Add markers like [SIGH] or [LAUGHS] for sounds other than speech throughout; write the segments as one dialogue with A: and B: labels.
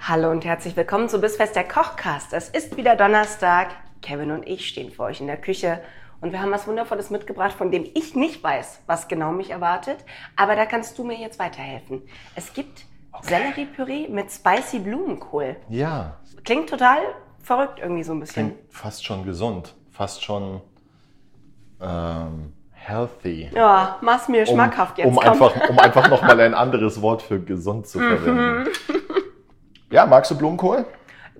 A: Hallo und herzlich willkommen zu Bissfest der Kochcast. Es ist wieder Donnerstag. Kevin und ich stehen für euch in der Küche und wir haben was Wundervolles mitgebracht, von dem ich nicht weiß, was genau mich erwartet. Aber da kannst du mir jetzt weiterhelfen. Es gibt Selleriepüree mit spicy Blumenkohl.
B: Ja,
A: Klingt total verrückt irgendwie so ein bisschen.
B: klingt fast schon gesund, fast schon ähm, healthy.
A: Ja, mach's mir schmackhaft jetzt.
B: um, um
A: komm. Mhm.
B: einfach, um einfach nochmal ein anderes Wort für gesund zu verwenden. Ja, magst du Blumenkohl?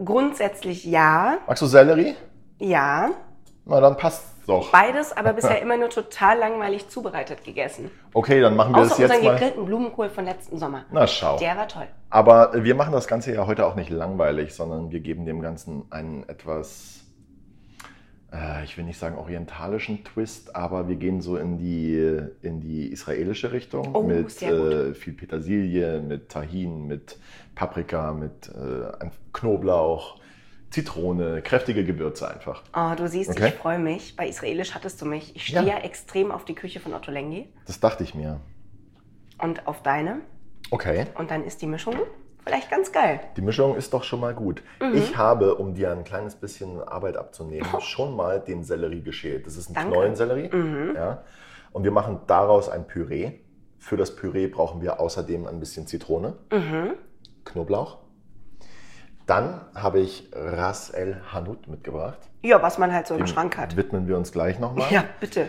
A: Grundsätzlich ja,
B: Magst du Sellerie?
A: ja.
B: Na, dann passt's doch.
A: Beides
B: [LAUGHS]
A: aber bisher immer nur total langweilig zubereitet gegessen.
B: Okay, dann machen wir
A: Außer
B: das jetzt
A: unseren
B: mal.
A: gegrillten Blumenkohl von letzten Sommer.
B: Na, schau.
A: Der war toll.
B: Aber wir machen das Ganze ja heute auch nicht langweilig, sondern wir geben dem Ganzen einen etwas, äh, ich will nicht sagen orientalischen Twist, aber wir gehen so in die, in die israelische Richtung
A: Oh,
B: mit
A: sehr gut.
B: äh, viel Petersilie, mit Tahin, mit Paprika, mit äh, ein- Knoblauch, Zitrone, kräftige Gewürze einfach.
A: Oh, du siehst,
B: Okay.
A: ich freue mich. Bei Israelisch hattest du mich. Ich
B: Ja.
A: stehe ja. extrem auf die Küche von Otto Lengi
B: Das dachte ich mir.
A: und auf deine.
B: Okay.
A: Und dann ist die Mischung vielleicht ganz geil.
B: Die Mischung ist doch schon mal gut.
A: Mhm.
B: Ich habe, um dir ein kleines bisschen Arbeit abzunehmen, schon mal den Sellerie geschält. Das ist ein
A: Oh. Danke.
B: Knollensellerie.
A: Mhm.
B: Ja? Und wir machen daraus ein Püree. Für das Püree brauchen wir außerdem ein bisschen Zitrone,
A: Mhm.
B: Knoblauch. Dann habe ich Ras El Hanout mitgebracht.
A: Ja, was man halt so im
B: Dem
A: Schrank hat.
B: widmen wir uns gleich nochmal.
A: Ja, bitte.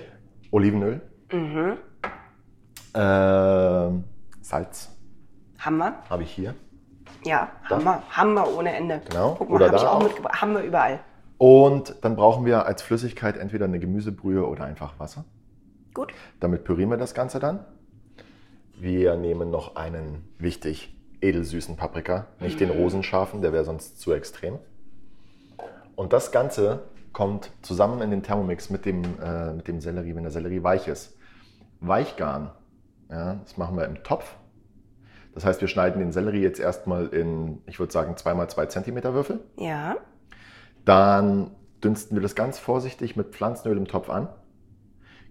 B: Olivenöl,
A: Mhm.
B: ähm, Salz
A: Hammer.
B: habe ich hier.
A: Ja,
B: Da?
A: Hammer. Hammer ohne Ende.
B: Genau.
A: Guck mal,
B: Oder
A: hab ich
B: da
A: auch
B: auch.
A: mitgebracht. Haben wir überall.
B: Und dann brauchen wir als Flüssigkeit entweder eine Gemüsebrühe oder einfach Wasser.
A: Gut.
B: Damit pürieren wir das Ganze dann. Wir nehmen noch einen wichtig edelsüßen Paprika, nicht den rosenscharfen, der wäre sonst zu extrem. Und das Ganze kommt zusammen in den Thermomix mit dem, äh, mit dem Sellerie, wenn der Sellerie weich ist. Weichgarn, ja, das machen wir im Topf. Das heißt, wir schneiden den Sellerie jetzt erstmal in, ich würde sagen, 2x2 Zentimeter Würfel.
A: Ja.
B: Dann dünsten wir das ganz vorsichtig mit Pflanzenöl im Topf an,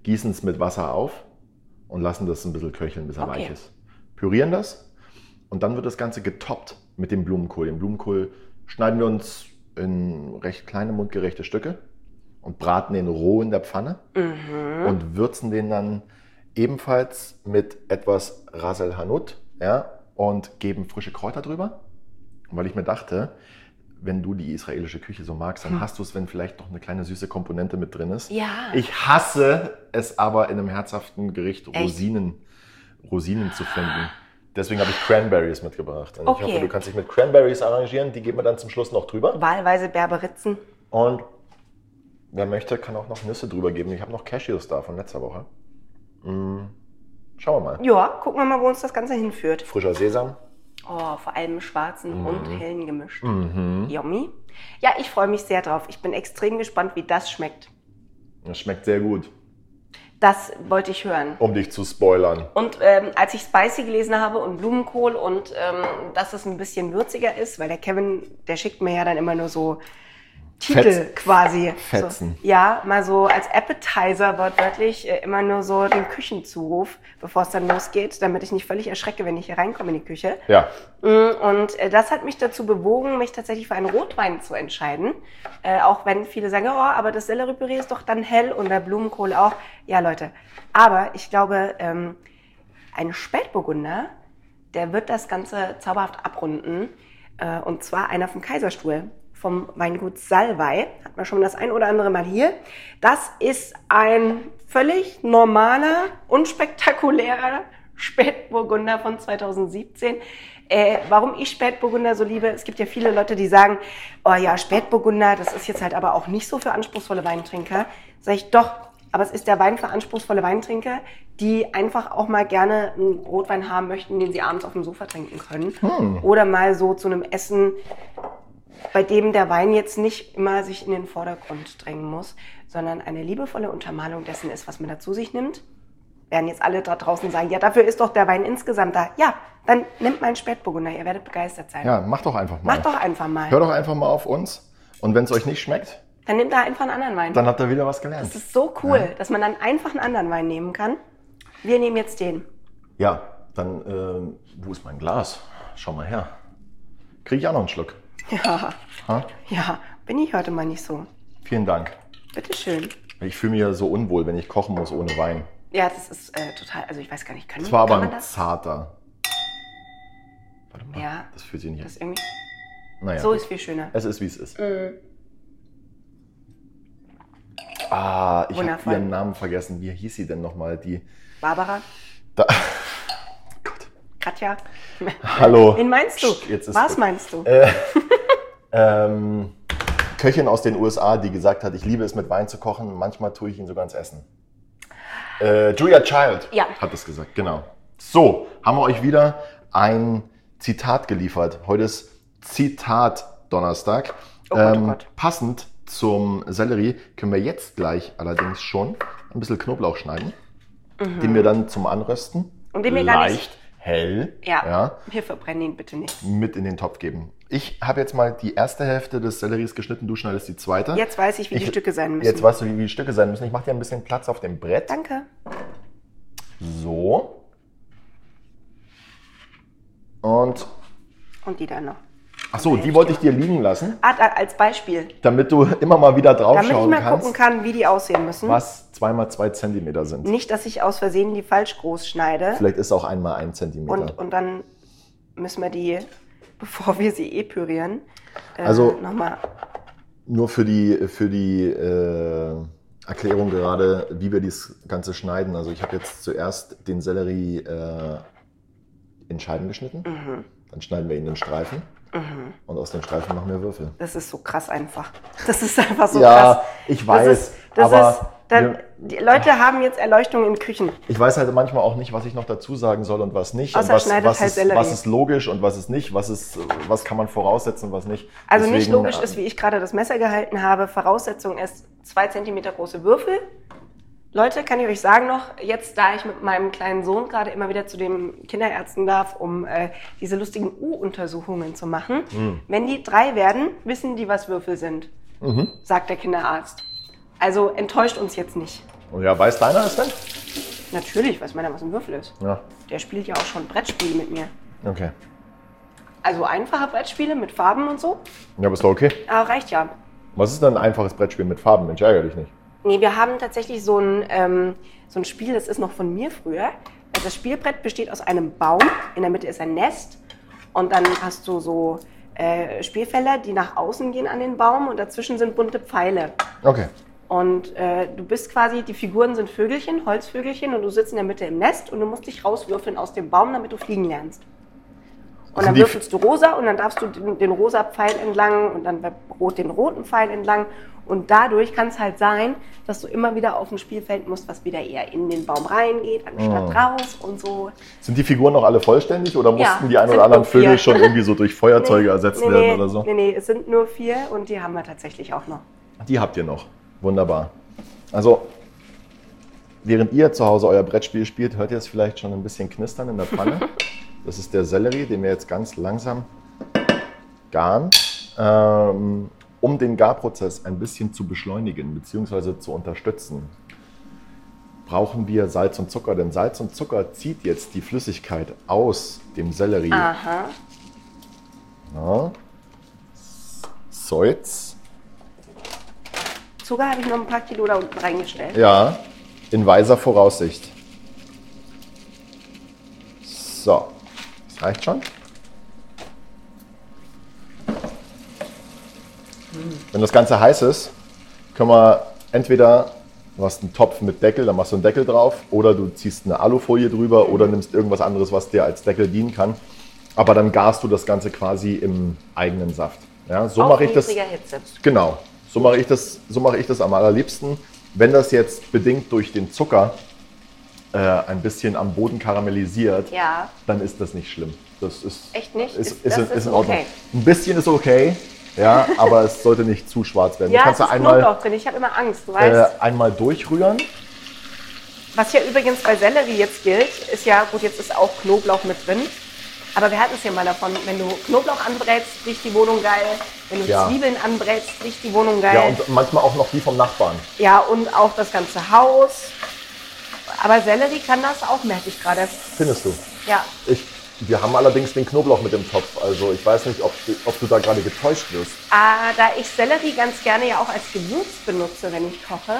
B: gießen es mit Wasser auf und lassen das ein bisschen köcheln, bis er
A: Okay.
B: weich ist. Pürieren das und dann wird das Ganze getoppt mit dem Blumenkohl. Den Blumenkohl schneiden wir uns in recht kleine, mundgerechte Stücke und braten den roh in der Pfanne
A: Mhm.
B: und würzen den dann ebenfalls mit etwas Rasel Hanut ja, und geben frische Kräuter drüber. Und Weil ich mir dachte, wenn du die israelische Küche so magst, dann hast du es, wenn vielleicht noch eine kleine süße Komponente mit drin ist.
A: Hm. Ja.
B: Ich hasse es aber in einem herzhaften Gericht
A: Echt?
B: Rosinen, Rosinen zu finden. Deswegen habe ich Cranberries mitgebracht. Und
A: Okay.
B: ich hoffe, du kannst dich mit Cranberries arrangieren. Die geben wir dann zum Schluss noch drüber.
A: Wahlweise Berberitzen.
B: Und wer möchte, kann auch noch Nüsse drüber geben. Ich habe noch Cashews da von letzter Woche. Mm, Schauen wir mal.
A: Ja, gucken wir mal, wo uns das Ganze hinführt.
B: Frischer Sesam.
A: Oh, vor allem schwarzen
B: Mhm.
A: und hellen gemischt.
B: Mhm.
A: Yummy. Ja, ich freue mich sehr drauf. Ich bin extrem gespannt, wie das schmeckt.
B: Das schmeckt sehr gut.
A: Das wollte ich hören.
B: Um dich zu spoilern.
A: Und ähm, als ich Spicy gelesen habe und Blumenkohl und ähm, dass es ein bisschen würziger ist, weil der Kevin, der schickt mir ja dann immer nur so Titel
B: Fetz-
A: quasi.
B: Fetzen.
A: So, ja, mal so als Appetizer wortwörtlich äh, immer nur so den Küchenzuruf, bevor es dann losgeht, damit ich nicht völlig erschrecke, wenn ich hier reinkomme in die Küche.
B: Ja.
A: Mm, Und äh, das hat mich dazu bewogen, mich tatsächlich für einen Rotwein zu entscheiden. Äh, auch wenn viele sagen, oh, aber das Selleriepüree ist doch dann hell und der Blumenkohl auch. Ja, Leute. Aber ich glaube, ähm, ein Spätburgunder, der wird das Ganze zauberhaft abrunden. Äh, und zwar einer vom Kaiserstuhl, vom Weingut Salvei. Hat man schon das ein oder andere Mal hier. Das ist ein völlig normaler, unspektakulärer Spätburgunder von 2017. Äh, warum ich Spätburgunder so liebe, es gibt ja viele Leute, die sagen, oh ja, Spätburgunder, das ist jetzt halt aber auch nicht so für anspruchsvolle Weintrinker. Sag ich doch, Aber es ist der Wein für anspruchsvolle Weintrinker, die einfach auch mal gerne einen Rotwein haben möchten, den sie abends auf dem Sofa trinken können. Oder mal so zu einem Essen, bei dem der Wein jetzt nicht immer sich in den Vordergrund drängen muss, sondern eine liebevolle Untermalung dessen ist, was man dazu sich nimmt. Werden jetzt alle da draußen sagen, ja, dafür ist doch der Wein insgesamt da. Ja, dann nimmt mal einen Spätburgunder, ihr werdet begeistert sein.
B: Ja, macht doch einfach mal.
A: Macht doch einfach mal.
B: Hör doch einfach mal auf uns. Und wenn es euch nicht schmeckt,
A: Dann nimmt da einfach einen anderen Wein.
B: dann habt ihr wieder was gelernt.
A: Das ist so cool, dass man dann einfach einen anderen Wein nehmen kann. Wir nehmen jetzt den. [LAUGHS]
B: Ja, dann, ähm, wo ist mein Glas? Schau mal her. Kriege ich auch noch einen Schluck.
A: Ja,
B: Ha?
A: ja, bin ich heute mal nicht so.
B: Vielen Dank.
A: Bitteschön.
B: Ich fühle mich ja so unwohl, wenn ich kochen muss ohne Wein.
A: Ja, das ist äh, total, also ich weiß gar nicht, können
B: Das war aber
A: kann man
B: ein
A: das?
B: zarter. Warte mal,
A: Ja.
B: das fühlt sich nicht
A: das ist irgendwie,
B: Naja,
A: So ist viel schöner.
B: es ist, wie es ist. Ah, ich habe
A: Wundervoll.
B: ihren Namen vergessen. Wie hieß sie denn nochmal? Die...
A: Barbara,
B: Da Gott. [LAUGHS]
A: Katja,
B: Hallo.
A: wen meinst du?
B: Psst, jetzt ist
A: Was
B: gut. Äh,
A: meinst du?
B: Ähm, Köchin aus den USA, die gesagt hat, ich liebe es mit Wein zu kochen, manchmal tue ich ihn sogar ins Essen. Äh, Julia Child
A: Ja.
B: hat es gesagt, genau. So, haben wir euch wieder ein Zitat geliefert. Heute ist Zitat-Donnerstag. Ähm,
A: Oh Gott, oh Gott.
B: Passend zum Sellerie können wir jetzt gleich allerdings schon ein bisschen Knoblauch schneiden, den wir dann zum Anrösten
A: Mhm. Und den wir gar nicht-
B: leicht hell
A: ja, wir verbrennen ihn bitte nicht.
B: mit in den Topf geben. Ich habe jetzt mal die erste Hälfte des Selleries geschnitten, du schneidest die zweite.
A: Jetzt weiß ich, wie die Stücke sein müssen.
B: Jetzt weißt du, wie die Stücke sein müssen. Ich mache dir ein bisschen Platz auf dem Brett.
A: Danke.
B: So. Und,
A: Und die dann noch.
B: ach so, die wollte ich dir liegen lassen,
A: Ah, da, als Beispiel,
B: damit du immer mal wieder drauf
A: damit ich
B: schauen
A: mal
B: kannst,
A: gucken kann, wie die aussehen müssen.
B: was 2x2 Zentimeter sind.
A: Nicht, dass ich aus Versehen die falsch groß schneide.
B: Vielleicht ist auch einmal ein Zentimeter.
A: Und, und dann müssen wir die, [LAUGHS] bevor wir sie eh pürieren, äh,
B: Also-
A: nochmal.
B: Nur für die, für die äh, Erklärung gerade, wie wir das Ganze schneiden. Also ich habe jetzt zuerst den Sellerie äh, in Scheiben geschnitten.
A: Mhm.
B: Dann schneiden wir ihn in Streifen. Und aus den Streifen machen wir Würfel.
A: Das ist so krass einfach. Das ist einfach so
B: ja,
A: krass.
B: ich weiß.
A: das ist, das
B: aber
A: ist, dann,
B: wir,
A: die Leute haben jetzt Erleuchtung in Küchen.
B: ich weiß halt manchmal auch nicht, was ich noch dazu sagen soll und was nicht.
A: Außer
B: und was,
A: schneidet
B: was,
A: halt
B: ist,
A: Sellerie.
B: was ist logisch und was ist nicht. Was, ist, äh, was kann man voraussetzen und was nicht.
A: Also nicht
B: Deswegen,
A: logisch
B: äh,
A: ist, wie ich gerade das Messer gehalten habe. Voraussetzung ist zwei Zentimeter große Würfel. Leute, kann ich euch sagen noch, jetzt da ich mit meinem kleinen Sohn gerade immer wieder zu den Kinderärzten darf, um äh, diese lustigen U-Untersuchungen zu machen,
B: Hm.
A: wenn die drei werden, wissen die, was Würfel sind,
B: Mhm.
A: sagt der Kinderarzt. Also enttäuscht uns jetzt nicht.
B: Und ja, weiß deiner es denn?
A: Natürlich weiß meiner, was ein Würfel ist.
B: Ja,
A: Der spielt ja auch schon Brettspiele mit mir.
B: okay.
A: Also einfache Brettspiele mit Farben und so,
B: Ja, aber ist doch okay.
A: aber reicht ja.
B: Was ist denn ein einfaches Brettspiel mit Farben? Mensch, ärgere dich nicht.
A: Nee, wir haben tatsächlich so ein, ähm, so ein Spiel, das ist noch von mir früher. Das Spielbrett besteht aus einem Baum, in der Mitte ist ein Nest und dann hast du so äh, Spielfelder, die nach außen gehen an den Baum und dazwischen sind bunte Pfeile.
B: Okay.
A: Und äh, du bist quasi, die Figuren sind Vögelchen, Holzvögelchen und du sitzt in der Mitte im Nest und du musst dich rauswürfeln aus dem Baum, damit du fliegen lernst. Und
B: Also
A: dann
B: die-
A: würfelst du rosa und dann darfst du den, den rosa Pfeil entlang und dann bei rot den roten Pfeil entlang. Und dadurch kann es halt sein, dass du immer wieder auf ein Spielfeld musst, was wieder eher in den Baum reingeht, anstatt
B: Oh.
A: raus und so.
B: Sind die Figuren noch alle vollständig oder
A: Ja,
B: mussten die ein
A: sind
B: oder anderen
A: nur vier.
B: Vögel schon irgendwie so
A: [LAUGHS]
B: durch Feuerzeuge
A: Nee,
B: ersetzt
A: nee,
B: werden
A: nee,
B: oder so?
A: Nee, nee, es sind nur vier und die haben wir tatsächlich auch noch.
B: Die habt ihr noch. Wunderbar. Also, während ihr zu Hause euer Brettspiel spielt, hört ihr es vielleicht schon ein bisschen knistern in der Pfanne. das ist der Sellerie, den wir jetzt ganz langsam garen, ähm, um den Garprozess ein bisschen zu beschleunigen bzw. zu unterstützen. Brauchen wir Salz und Zucker, denn Salz und Zucker zieht jetzt die Flüssigkeit aus dem Sellerie.
A: Aha.
B: Ja. Salz.
A: Zucker habe ich noch ein paar Kilo da unten reingestellt.
B: Ja, in weiser Voraussicht. So, das reicht schon. Wenn das Ganze heiß ist, können wir entweder du hast einen Topf mit Deckel, dann machst du einen Deckel drauf, oder du ziehst eine Alufolie drüber oder nimmst irgendwas anderes, was dir als Deckel dienen kann. Aber dann garst du das Ganze quasi im eigenen Saft. Ja, so
A: Auf
B: mache ich das.
A: niedriger Hitze.
B: Genau. So mache ich das, so mache ich das am allerliebsten. Wenn das jetzt bedingt durch den Zucker äh, ein bisschen am Boden karamellisiert,
A: Ja.
B: dann ist das nicht schlimm. Das ist
A: Echt nicht?
B: Ist,
A: Ist-
B: ist,
A: das
B: ist,
A: ist
B: in Ordnung.
A: okay.
B: Ein bisschen ist okay, ja, aber es sollte nicht zu schwarz werden.
A: Ja,
B: du kannst
A: es
B: da
A: ist Knoblauch
B: einmal,
A: drin. Ich habe immer Angst, du
B: äh,
A: weißt.
B: einmal durchrühren.
A: Was ja übrigens bei Sellerie jetzt gilt, ist ja, gut, jetzt ist auch Knoblauch mit drin. Aber wir hatten es ja mal davon, wenn du Knoblauch anbrätst, riecht die Wohnung geil. Wenn du
B: Ja.
A: Zwiebeln anbrätst, riecht die Wohnung geil.
B: Ja, und manchmal auch noch die vom Nachbarn.
A: Ja, und auch das ganze Haus. Aber Sellerie kann das auch, merke ich gerade.
B: Findest du?
A: Ja.
B: Ich, wir haben allerdings den Knoblauch mit im Topf. Also ich weiß nicht, ob, du- ob du da gerade getäuscht wirst.
A: Ah, da ich Sellerie ganz gerne ja auch als Gewürz benutze, wenn ich koche.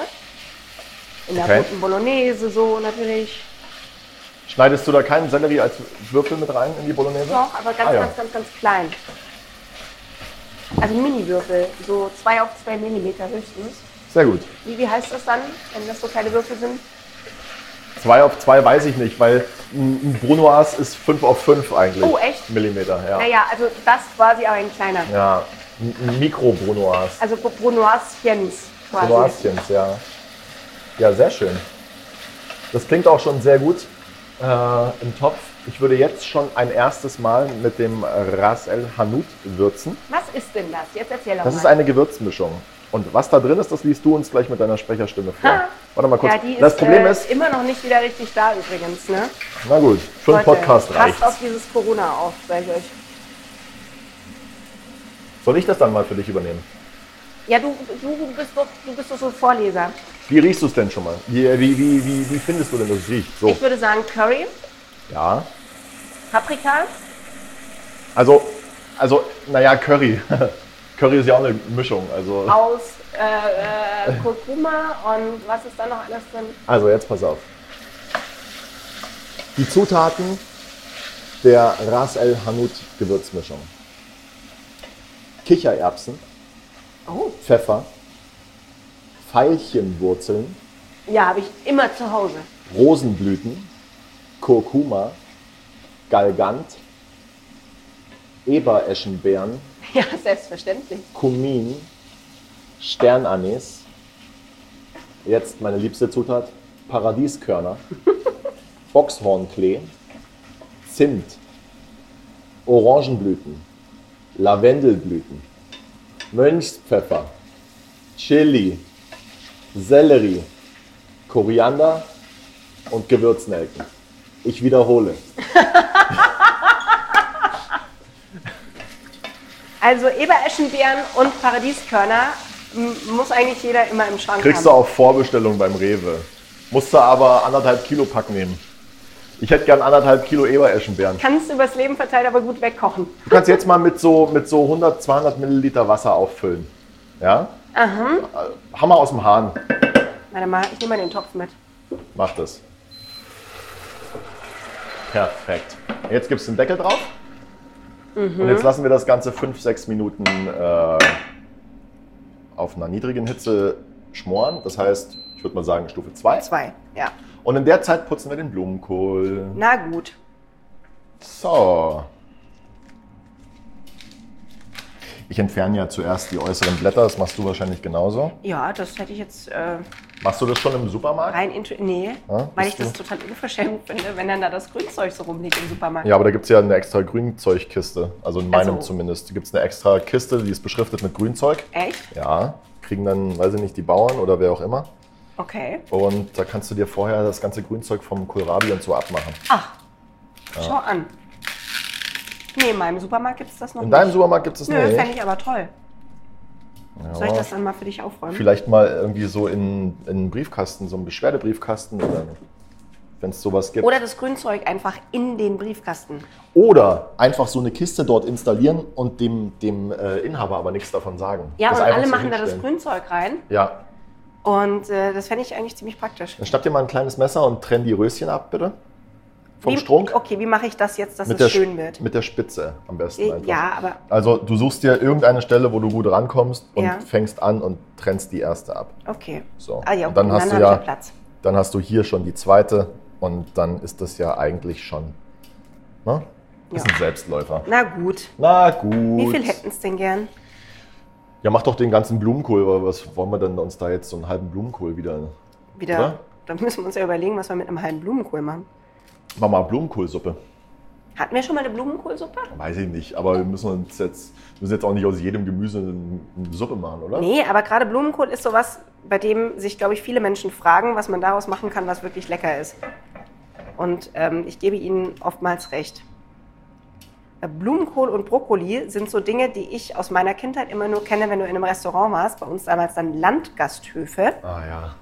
A: In der
B: Okay.
A: guten Bolognese so natürlich.
B: Schneidest du da keinen Sellerie als Würfel mit rein in die Bolognese?
A: Doch, aber ganz,
B: Ah, ja.
A: ganz, ganz, ganz klein. Also Mini-Würfel, so zwei auf zwei Millimeter höchstens.
B: Sehr gut.
A: Wie, wie heißt das dann, wenn das so kleine Würfel sind?
B: Zwei auf zwei weiß ich nicht, weil ein ein Brunoise ist fünf auf fünf eigentlich.
A: Oh, echt?
B: Millimeter, ja.
A: Naja, also das quasi aber ein kleiner.
B: Ja, ein ein Mikro-Brunoise.
A: Also Brunoisiens quasi.
B: Kroatiens, ja. Ja, sehr schön. Das klingt auch schon sehr gut äh, im Topf. Ich würde jetzt schon ein erstes Mal mit dem Ras El Hanout würzen.
A: Was ist denn das? Jetzt erzähl doch
B: Das
A: mal.
B: ist eine Gewürzmischung. Und was da drin ist, das liest du uns gleich mit deiner Sprecherstimme vor.
A: Ha.
B: Warte mal kurz.
A: ja, die ist,
B: das Problem
A: äh,
B: ist,
A: immer noch nicht wieder richtig da übrigens, ne?
B: na gut, für einen
A: Leute,
B: Podcast reicht.
A: Passt auf dieses Corona auf, sag ich euch.
B: Soll ich das dann mal für dich übernehmen?
A: Ja, du, du, bist, doch, du bist doch so ein Vorleser.
B: Wie riechst du es denn schon mal? Wie, äh, wie, wie, wie, wie findest du denn, dass es riecht? So,
A: Ich würde sagen Curry,
B: ja.
A: Paprika,
B: Also, also, naja, Curry. [LAUGHS] Curry ist ja auch eine Mischung. Also,
A: aus äh, äh, Kurkuma und was ist da noch alles drin?
B: Also jetzt pass auf. Die Zutaten der Ras El Hanout Gewürzmischung. Kichererbsen,
A: Oh.
B: Pfeffer, Veilchenwurzeln,
A: Ja, habe ich immer zu Hause. [LAUGHS]
B: Rosenblüten, Kurkuma, Galgant, Ebereschenbeeren,
A: Ja, selbstverständlich.
B: Kumin, Sternanis. Jetzt meine liebste Zutat: Paradieskörner, Boxhornklee, Zimt, Orangenblüten, Lavendelblüten, Mönchspfeffer, Chili, Sellerie, Koriander und Gewürznelken. Ich wiederhole.
A: Also Ebereschenbeeren und Paradieskörner m- muss eigentlich jeder immer im Schrank
B: Kriegst du
A: haben.
B: auf Vorbestellung beim Rewe. Musst du aber anderthalb Kilo Pack nehmen. Ich hätte gern anderthalb Kilo Ebereschenbeeren.
A: Kannst übers Leben verteilt, aber gut wegkochen.
B: Du kannst jetzt mal mit so, mit so 100, 200 Milliliter Wasser auffüllen. Ja? Aha. Hammer aus dem Hahn.
A: Warte mal, ich nehme mal den Topf mit.
B: Mach das. Perfekt. Jetzt gibst du den Deckel drauf. Und jetzt lassen wir das Ganze 5, 6 Minuten äh, auf einer niedrigen Hitze schmoren. Das heißt, ich würde mal sagen Stufe 2.
A: Zwei, ja.
B: Und in der Zeit putzen wir den Blumenkohl.
A: Na gut.
B: So. Ich entferne ja zuerst die äußeren Blätter, das machst du wahrscheinlich genauso.
A: Ja, das hätte ich jetzt äh,
B: Machst du das schon im Supermarkt?
A: rein intu... Nee,
B: Ja,
A: weil
B: bist
A: ich das
B: du-
A: total unverschämt finde, wenn dann da das Grünzeug so rumliegt im Supermarkt.
B: Ja, aber da gibt es ja eine extra Grünzeugkiste. Also in meinem
A: Also-
B: zumindest. Da gibt es eine extra Kiste, die ist beschriftet mit Grünzeug.
A: Echt?
B: Ja, kriegen dann, weiß ich nicht, die Bauern oder wer auch immer.
A: Okay.
B: Und da kannst du dir vorher das ganze Grünzeug vom Kohlrabi und so abmachen.
A: Ach, Ah, schau an. Nee, in meinem Supermarkt gibt es das noch
B: In
A: nicht.
B: deinem Supermarkt gibt es
A: Nö,
B: nicht. Oh.
A: fände ich aber toll. Soll ich das dann mal für dich aufräumen?
B: Vielleicht mal irgendwie so in, in einen Briefkasten, so einen Beschwerdebriefkasten oder wenn es sowas gibt.
A: Oder das Grünzeug einfach in den Briefkasten.
B: Oder einfach so eine Kiste dort installieren und dem, dem äh, Inhaber aber nichts davon sagen.
A: Ja,
B: Das
A: und
B: einfach
A: alle
B: so
A: machen da das
B: hinstellen.
A: Grünzeug rein.
B: Ja,
A: Und äh, das fände ich eigentlich ziemlich praktisch.
B: dann schnapp dir mal ein kleines Messer und trenn die Röschen ab, bitte. Vom
A: wie,
B: Strunk.
A: Okay, wie mache ich das jetzt, dass
B: mit, der,
A: es
B: Sch-
A: schön wird?
B: mit der Spitze am besten.
A: Äh,
B: einfach.
A: Ja, aber
B: Also du suchst dir irgendeine Stelle, wo du gut rankommst und
A: Ja.
B: fängst an und trennst die erste ab.
A: okay.
B: So.
A: Ah ja,
B: und dann
A: gut,
B: hast
A: dann
B: du
A: hab
B: ja,
A: ich ja Platz.
B: dann hast du hier schon die zweite und dann ist das ja eigentlich schon. Ne? Ist
A: Ja.
B: ein Selbstläufer.
A: Na gut.
B: Na gut.
A: Wie viel hätten es denn gern?
B: Ja, mach doch den ganzen Blumenkohl, weil was wollen wir denn uns da jetzt so einen halben Blumenkohl wieder?
A: Wieder.
B: Oder?
A: Dann müssen wir uns ja überlegen, was wir mit einem halben Blumenkohl machen.
B: Mach mal Blumenkohlsuppe.
A: Hatten wir schon mal eine Blumenkohlsuppe?
B: Weiß ich nicht, aber wir müssen uns jetzt, müssen jetzt auch nicht aus jedem Gemüse eine Suppe machen, oder?
A: Nee, aber gerade Blumenkohl ist sowas, bei dem sich, glaube ich, viele Menschen fragen, was man daraus machen kann, was wirklich lecker ist. Und ähm, ich gebe Ihnen oftmals recht. Äh, Blumenkohl und Brokkoli sind so Dinge, die ich aus meiner Kindheit immer nur kenne, wenn du in einem Restaurant warst, bei uns damals dann Landgasthöfe.
B: Ah ja.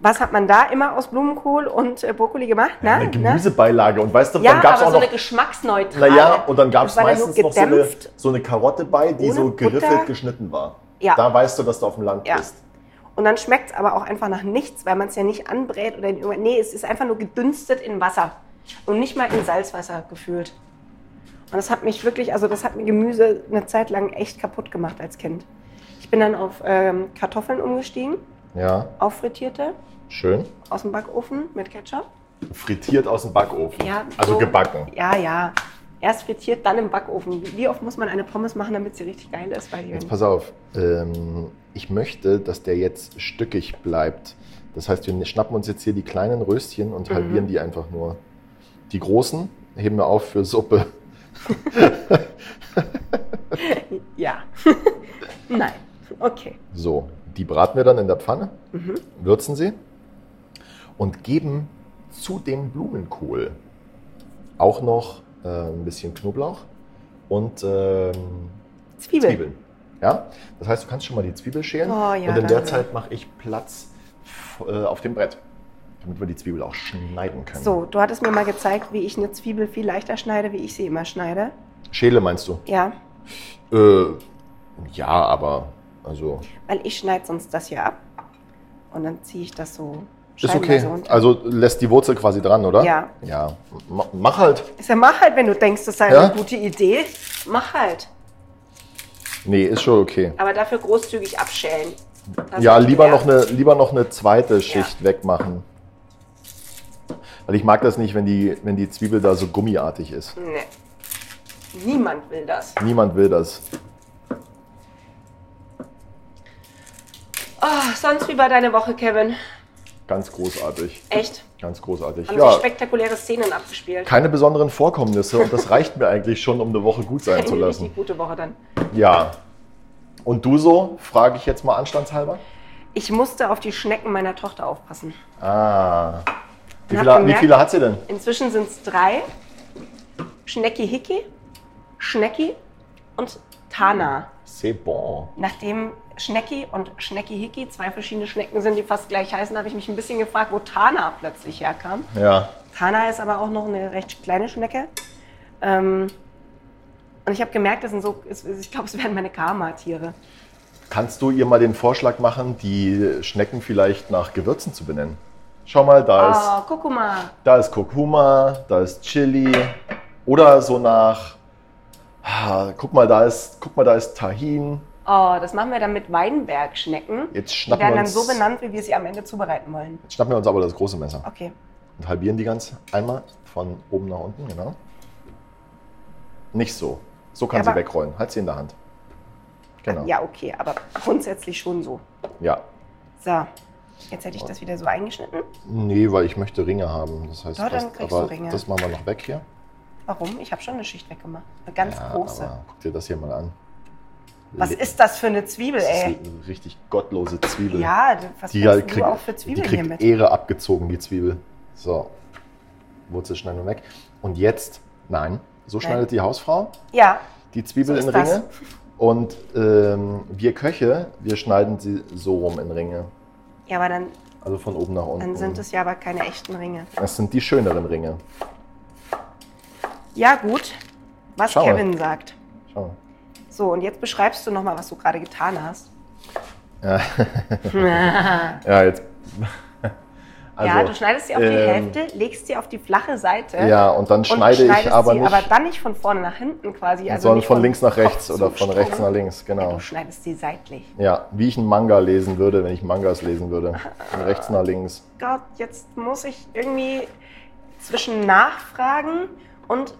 A: Was hat man da immer aus Blumenkohl und äh, Brokkoli gemacht?
B: ja
A: ne?
B: eine
A: Ne?
B: Gemüsebeilage. Und weißt du,
A: Ja,
B: dann gab es
A: aber
B: auch
A: so eine
B: noch.
A: geschmacksneutrale.
B: Naja, und dann gab es
A: Das war dann
B: meistens
A: nur
B: noch so eine,
A: gedämpft.
B: so eine Karotte bei, die
A: Ohne
B: so geriffelt
A: Butter.
B: geschnitten war.
A: Ja.
B: Da weißt du, dass du auf dem Land
A: Ja.
B: bist.
A: Und dann schmeckt es aber auch einfach nach nichts, weil man es ja nicht anbrät oder in irgendwas. Nee, es ist einfach nur gedünstet in Wasser. Und nicht mal in Salzwasser gefühlt. Und das hat mich wirklich, also das hat mir Gemüse eine Zeit lang echt kaputt gemacht als Kind. Ich bin dann auf ähm, Kartoffeln umgestiegen,
B: Ja,
A: auf frittierte,
B: schön.
A: aus dem Backofen mit Ketchup.
B: Frittiert aus dem Backofen.
A: Ja,
B: also
A: so.
B: gebacken.
A: Ja, ja. Erst frittiert, dann im Backofen. Wie oft muss man eine Pommes machen, damit sie richtig geil ist? Weil die
B: Jetzt pass auf. Ähm, ich möchte, dass der jetzt stückig bleibt. Das heißt, wir schnappen uns jetzt hier die kleinen Röstchen und
A: Mhm.
B: halbieren die einfach nur. Die großen heben wir auf für Suppe.
A: ja. [LAUGHS] Nein. Okay.
B: So, die braten wir dann in der Pfanne,
A: Mhm.
B: würzen sie und geben zu dem Blumenkohl auch noch äh, ein bisschen Knoblauch und ähm,
A: Zwiebeln.
B: Zwiebeln. Ja? Das heißt, du kannst schon mal die Zwiebel schälen
A: Oh, ja,
B: und in der
A: danke.
B: Zeit mache ich Platz f- äh, auf dem Brett, damit wir die Zwiebel auch schneiden können.
A: So, du hattest mir mal gezeigt, wie ich eine Zwiebel viel leichter schneide, wie ich sie immer schneide.
B: Schäle meinst du?
A: Ja,
B: Äh, ja, aber also
A: weil ich schneide sonst das hier ab und dann ziehe ich das so
B: ist
A: scheibenweise
B: okay.
A: runter.
B: Also lässt die Wurzel quasi dran, oder?
A: Ja.
B: Ja, M mach halt.
A: Ich sag, mach halt, wenn du denkst, das sei
B: Ja?
A: eine gute Idee. Mach halt.
B: Nee, ist schon okay.
A: Aber dafür großzügig abschälen. Also Das
B: ja,
A: ist
B: lieber
A: schwer.
B: noch, eine, lieber noch eine zweite Schicht wegmachen. Weil ich mag das nicht, wenn die, wenn die Zwiebel da so gummiartig ist.
A: Nee. Niemand will das.
B: Niemand will das.
A: Oh, sonst wie war deine Woche, Kevin?
B: Ganz großartig.
A: Echt?
B: Ganz großartig.
A: Haben sich
B: Ja,
A: spektakuläre Szenen abgespielt.
B: keine besonderen Vorkommnisse
A: [LAUGHS]
B: und das reicht mir eigentlich schon, um eine Woche gut sein zu
A: Eine
B: lassen.
A: richtig gute Woche dann.
B: Ja. Und du so, frage ich jetzt mal anstandshalber.
A: Ich musste auf die Schnecken meiner Tochter aufpassen.
B: Ah. Wie
A: Hab
B: viele, wie
A: gemerkt-
B: viele hat sie denn?
A: Inzwischen sind es drei. Schnecki Hicki, Schnecki und Tana.
B: C'est bon.
A: Nachdem Schnecki und Schnecki Hicki zwei verschiedene Schnecken sind, die fast gleich heißen, habe ich mich ein bisschen gefragt, wo Tana plötzlich herkam.
B: Ja.
A: Tana ist aber auch noch eine recht kleine Schnecke. Ähm, und ich habe gemerkt, das sind so, es- es- ich glaube, es wären meine Karma-Tiere.
B: Kannst du ihr mal den Vorschlag machen, die Schnecken vielleicht nach Gewürzen zu benennen? Schau mal, da ist
A: Oh, Kurkuma.
B: Da ist Kurkuma, da ist Chili oder so nach. Ah, Guck mal, da ist, guck mal, da ist Tahin.
A: Oh, das machen wir dann mit Weinbergschnecken.
B: Jetzt
A: Die
B: schnappen
A: werden
B: wir
A: dann
B: uns,
A: so benannt, wie wir sie am Ende zubereiten wollen.
B: jetzt schnappen wir uns aber das große Messer
A: Okay.
B: und halbieren die ganz einmal von oben nach unten, genau. Nicht so. So kann sie
A: Aber-
B: wegrollen. Halt sie in der Hand. Genau.
A: Ja, okay, aber grundsätzlich schon so.
B: ja.
A: So, jetzt hätte ich das wieder so eingeschnitten.
B: Nee, weil ich möchte Ringe haben. Das heißt,
A: Ja, dann
B: fast-
A: kriegst
B: aber
A: du Ringe.
B: das machen wir noch weg hier.
A: Warum? Ich habe schon eine Schicht weggemacht. Eine ganz
B: Ja,
A: große.
B: aber guck dir das hier mal an.
A: Was
B: Le-
A: ist das für eine Zwiebel,
B: Das ist
A: ey?
B: eine richtig gottlose Zwiebel.
A: Ja, d- was
B: Die
A: machst
B: halt kriegt,
A: du auch für
B: die
A: Zwiebeln
B: kriegt eh-
A: hiermit?
B: Ehre abgezogen, die Zwiebel. So, Wurzel schneiden wir weg. Und jetzt, nein, so
A: Nein.
B: schneidet die Hausfrau
A: ja,
B: die Zwiebel
A: So
B: in
A: ist das.
B: Ringe. Und ähm, wir Köche, wir schneiden sie so rum in Ringe.
A: ja, aber dann,
B: Also von oben nach unten.
A: dann sind es ja aber keine echten Ringe.
B: das sind die schöneren Ringe.
A: Ja, gut, was
B: Schau mal.
A: Kevin sagt.
B: Schau mal.
A: So, und jetzt beschreibst du nochmal, was du gerade getan hast. [LAUGHS]
B: Ja, jetzt.
A: ja, du schneidest sie auf
B: Also, ähm,
A: die Hälfte, legst sie auf die flache Seite.
B: Ja, und dann
A: und
B: schneide ich
A: schneidest
B: aber
A: sie
B: nicht,
A: aber dann nicht von vorne nach hinten quasi. Also
B: sondern
A: nicht
B: von links nach rechts
A: Kopf
B: oder
A: zum
B: von rechts
A: Strom.
B: nach links,
A: Ja,
B: genau.
A: du schneidest sie seitlich.
B: Ja, wie ich einen Manga lesen würde, wenn ich Mangas lesen würde. Von rechts nach links.
A: Gott, jetzt muss ich irgendwie zwischen nachfragen und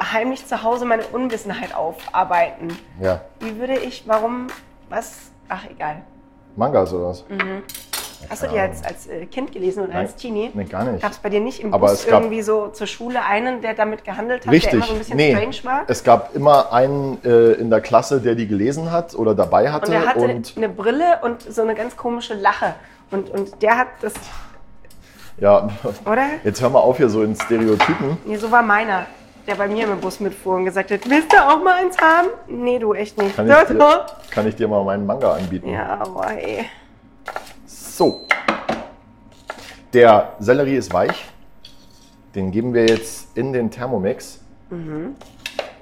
A: heimlich zu Hause meine Unwissenheit aufarbeiten.
B: Ja.
A: Wie würde ich, warum Was? Ach, egal.
B: Mangas oder was?
A: Mhm. Hast du die
B: Ja.
A: als, als äh, Kind gelesen oder
B: Nein.
A: als Teenie?
B: Nee, gar nicht.
A: Gab es bei dir nicht im
B: Aber
A: Bus
B: es gab-
A: irgendwie so zur Schule einen, der damit gehandelt hat, der
B: Richtig.
A: immer so ein bisschen
B: nee.
A: strange war?
B: Es gab immer einen äh, in der Klasse, der die gelesen hat oder dabei hatte.
A: Und er hatte
B: und-
A: eine Brille und so eine ganz komische Lache. Und, und der hat das,
B: ja, [LAUGHS]
A: oder?
B: jetzt hör mal auf hier so in Stereotypen.
A: Nee, so war meiner, der bei mir im Bus mitfuhr und gesagt hat, willst du auch mal eins haben? Nee, du echt nicht.
B: Kann ich, dir, kann ich dir mal meinen Manga anbieten?
A: Ja, aber ey.
B: So. Der Sellerie ist weich. Den geben wir jetzt in den Thermomix.
A: Mhm.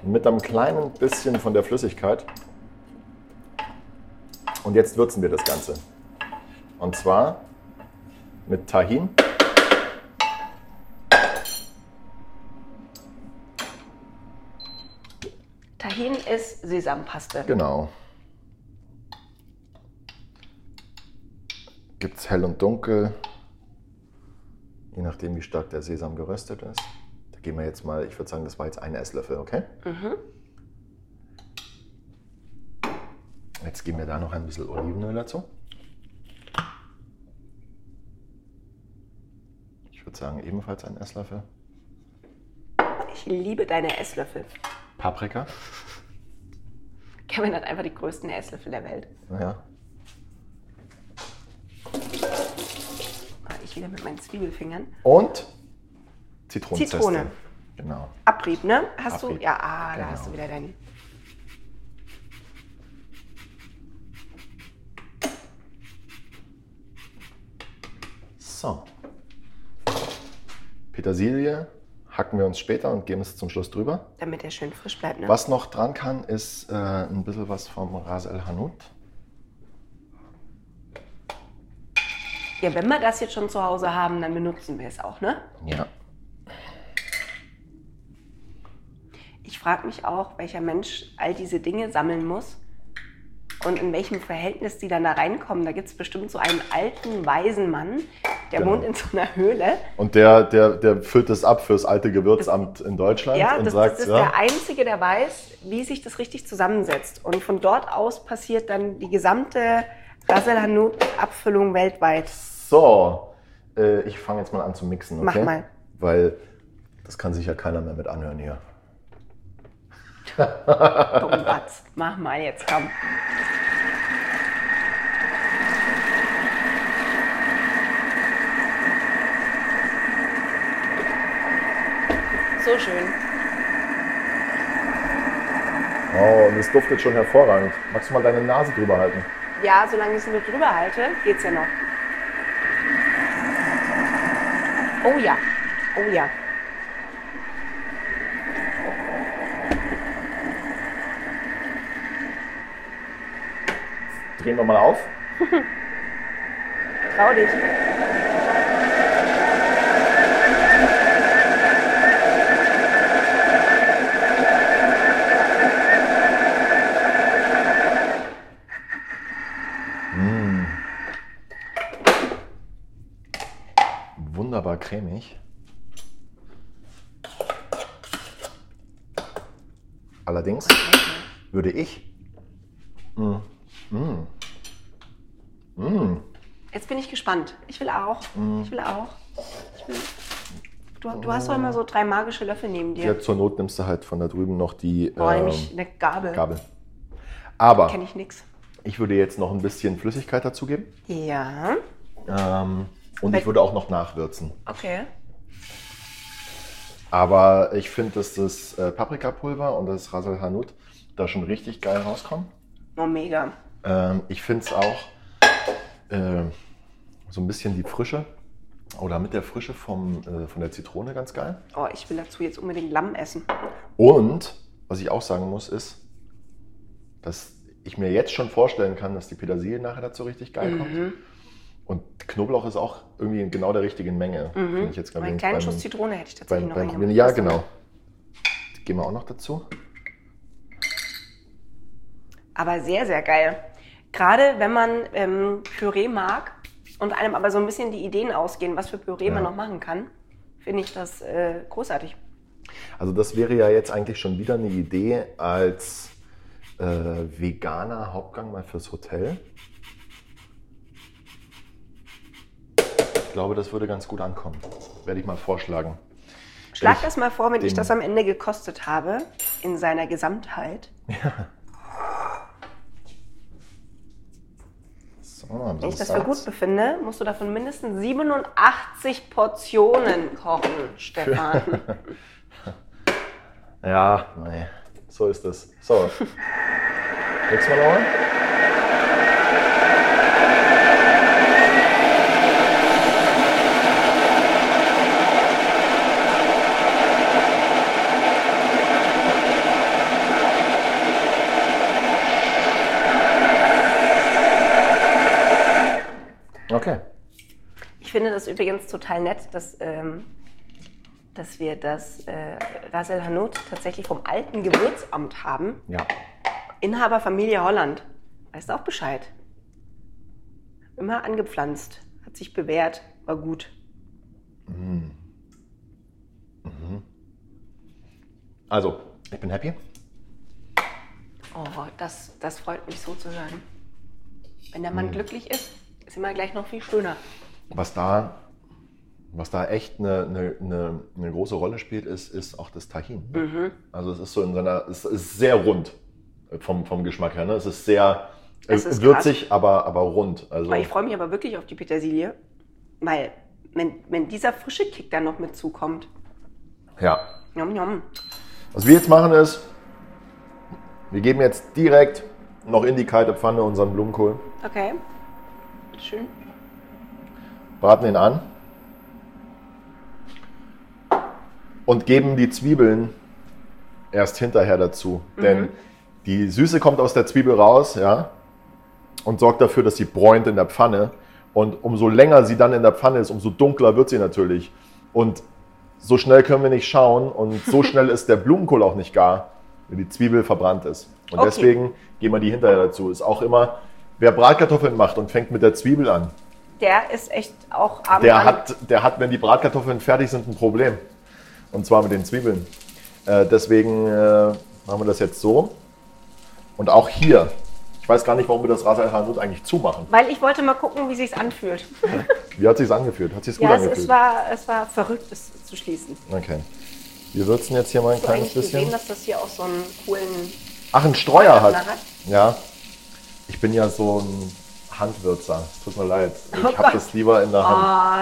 B: Mit einem kleinen bisschen von der Flüssigkeit. Und jetzt würzen wir das Ganze. Und zwar mit Tahin.
A: Tahin ist Sesampaste.
B: Genau. Gibt's hell und dunkel. Je nachdem, wie stark der Sesam geröstet ist. Da gehen wir jetzt mal, ich würde sagen, das war jetzt ein Esslöffel, okay? Jetzt geben wir da noch ein bisschen Olivenöl dazu. Ich würde sagen, ebenfalls ein Esslöffel.
A: Ich liebe deine Esslöffel.
B: Paprika.
A: Kevin hat einfach die größten Esslöffel der Welt.
B: Ja.
A: Ah, Ich wieder mit meinen Zwiebelfingern.
B: Und Zitronenzeste.
A: Zitrone.
B: Genau.
A: Abrieb, ne? Hast
B: Abrieb.
A: du? Ja, ah, da
B: Genau.
A: hast du wieder deinen.
B: So. Petersilie hacken wir uns später und geben es zum Schluss drüber.
A: Damit er schön frisch bleibt, ne?
B: Was noch dran kann, ist äh, ein bisschen was vom Ras El Hanout.
A: Ja, wenn wir das jetzt schon zu Hause haben, dann benutzen wir es auch, ne?
B: Ja.
A: Ich frage mich auch, welcher Mensch all diese Dinge sammeln muss und in welchem Verhältnis die dann da reinkommen. Da gibt es bestimmt so einen alten, weisen Mann, der
B: Genau.
A: wohnt in so einer Höhle.
B: Und der, der, der füllt das ab fürs alte Gewürzamt in Deutschland
A: Ja,
B: und
A: das,
B: sagt,
A: das ist
B: ja,
A: der Einzige, der weiß, wie sich das richtig zusammensetzt. Und von dort aus passiert dann die gesamte Rasel Hanout-Abfüllung weltweit.
B: so, äh, ich fange jetzt mal an zu mixen, okay?
A: Mach mal.
B: Weil das kann sich ja keiner mehr mit anhören hier.
A: Dumm Batz. Mach mal jetzt, komm. So schön.
B: Oh, und es duftet schon hervorragend. Magst du mal deine Nase drüber halten?
A: Ja, solange ich es nur drüber halte, geht's ja noch. Oh ja, oh ja.
B: Drehen wir mal auf.
A: Trau dich.
B: Wunderbar cremig. Allerdings würde ich. Mm, mm, mm,
A: Jetzt bin ich gespannt. Ich will auch. Ich will auch. Ich will. Du, du hast doch immer so drei magische Löffel neben dir.
B: ja, zur Not nimmst du halt von da drüben noch die
A: Boah,
B: ähm,
A: nämlich eine Gabel.
B: Gabel. Aber
A: Kenne ich nix.
B: ich würde jetzt noch ein bisschen Flüssigkeit dazugeben.
A: Ja.
B: Ähm, und ich
A: Weil-
B: würde auch noch nachwürzen.
A: Okay.
B: Aber ich finde, dass das äh, Paprikapulver und das Rasel Hanut da schon richtig geil rauskommen.
A: Oh, mega.
B: Ähm, ich finde es auch äh, so ein bisschen die Frische oder mit der Frische vom, äh, von der Zitrone ganz geil.
A: Oh, ich will dazu jetzt unbedingt Lamm essen.
B: Und was ich auch sagen muss, ist, dass ich mir jetzt schon vorstellen kann, dass die Petersilie nachher dazu richtig
A: Mhm.
B: geil kommt. Und Knoblauch ist auch irgendwie in genau der richtigen Menge.
A: Mhm.
B: Finde ich jetzt, glaub ich,
A: Einen kleinen
B: beim-
A: Schuss Zitrone hätte ich tatsächlich
B: beim,
A: noch
B: beim
A: reingemacht.
B: Probieren. Ja, genau. Die geben wir auch noch dazu.
A: Aber sehr, sehr geil. Gerade wenn man ähm, Püree mag und einem aber so ein bisschen die Ideen ausgehen, was für Püree
B: Ja.
A: man noch machen kann, finde ich das äh, großartig.
B: Also das wäre ja jetzt eigentlich schon wieder eine Idee als äh, äh, veganer Hauptgang mal fürs Hotel. Ich glaube, das würde ganz gut ankommen. Werde ich mal vorschlagen.
A: Schlag
B: Ich-
A: das mal vor, wenn ich
B: den-
A: das am Ende gekostet habe, in seiner Gesamtheit.
B: So, am
A: Wenn ich das für
B: Samstag.
A: gut befinde, musst du davon mindestens 87 Portionen kochen, Stefan.
B: Ja, nee. So ist es. So. Nächstes Mal Lauren. Okay.
A: Ich finde das übrigens total nett, dass, ähm, dass wir das äh, Rasel Hanout tatsächlich vom alten Gewürzamt haben.
B: Ja.
A: Inhaber Familie Holland. Weißt du auch Bescheid? Immer angepflanzt, hat sich bewährt, war gut.
B: Mhm. Also, ich bin happy.
A: Oh, das, das freut mich so zu hören. Wenn der Mann glücklich ist, ist immer gleich noch viel schöner.
B: Was da, was da echt eine, eine, eine, eine große Rolle spielt, ist, ist auch das Tahin.
A: Mhm.
B: Also es ist so in seiner, es ist sehr rund äh, vom, vom Geschmack her. Ne? Es ist sehr äh,
A: Es ist
B: würzig, aber, aber rund. Also
A: Aber Ich freue mich aber wirklich auf die Petersilie, weil wenn, wenn dieser frische Kick dann noch mit zukommt,
B: ja.
A: nom nom.
B: Was wir jetzt machen ist, wir geben jetzt direkt noch in die kalte Pfanne unseren Blumenkohl,
A: Okay. Schön.
B: braten ihn an und geben die Zwiebeln erst hinterher dazu. Denn die Süße kommt aus der Zwiebel raus, ja, und sorgt dafür, dass sie bräunt in der Pfanne. Und umso länger sie dann in der Pfanne ist, umso dunkler wird sie natürlich. Und so schnell können wir nicht schauen und so schnell ist der Blumenkohl auch nicht gar, wenn die Zwiebel verbrannt ist. Und
A: Okay.
B: deswegen geben wir die hinterher dazu. Ist auch immer, wer Bratkartoffeln macht und fängt mit der Zwiebel an,
A: Der ist echt auch arm
B: der
A: dran.
B: hat, der hat, wenn die Bratkartoffeln fertig sind, ein Problem. Und zwar mit den Zwiebeln. Äh, deswegen äh, machen wir das jetzt so. Und auch hier. Ich weiß gar nicht, warum wir das Ras al Hanout eigentlich zumachen.
A: Weil ich wollte mal gucken, wie sich's anfühlt.
B: Wie hat sich's angefühlt? Hat sich's gut
A: ja, es,
B: angefühlt?
A: es, war, es war verrückt, es zu schließen.
B: okay. Wir würzen jetzt hier mal ein
A: Ich habe
B: kleines
A: eigentlich gesehen,
B: bisschen.
A: dass das hier auch so einen coolen.
B: Ach, einen Streuer hat.
A: Nachher.
B: Ja. Ich bin ja so ein Handwürzer. Es tut mir leid. Ich habe das lieber in der Hand.
A: Oh Ah,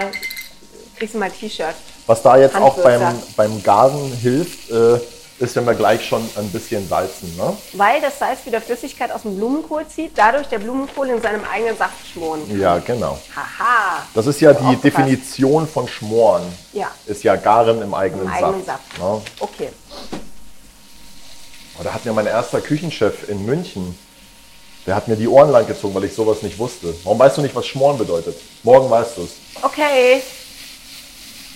A: kriegst du mal ein T-Shirt.
B: Was da jetzt auch beim,
A: Handwürzer.
B: beim Garen hilft, äh, ist, wenn wir gleich schon ein bisschen salzen. Ne?
A: Weil das Salz wieder Flüssigkeit aus dem Blumenkohl zieht, dadurch der Blumenkohl in seinem eigenen Saft schmoren.
B: Ja, genau.
A: Haha.
B: Das ist ja die
A: aufgepasst.
B: Definition von Schmoren.
A: Ja.
B: Ist ja Garen im eigenen
A: Im
B: Saft.
A: eigenen Saft.
B: Ne?
A: Okay.
B: Und Oh, da hat mir mein erster Küchenchef in München, der hat mir die Ohren lang gezogen, weil ich sowas nicht wusste. Warum weißt du nicht, was Schmoren bedeutet? Morgen weißt du es.
A: Okay.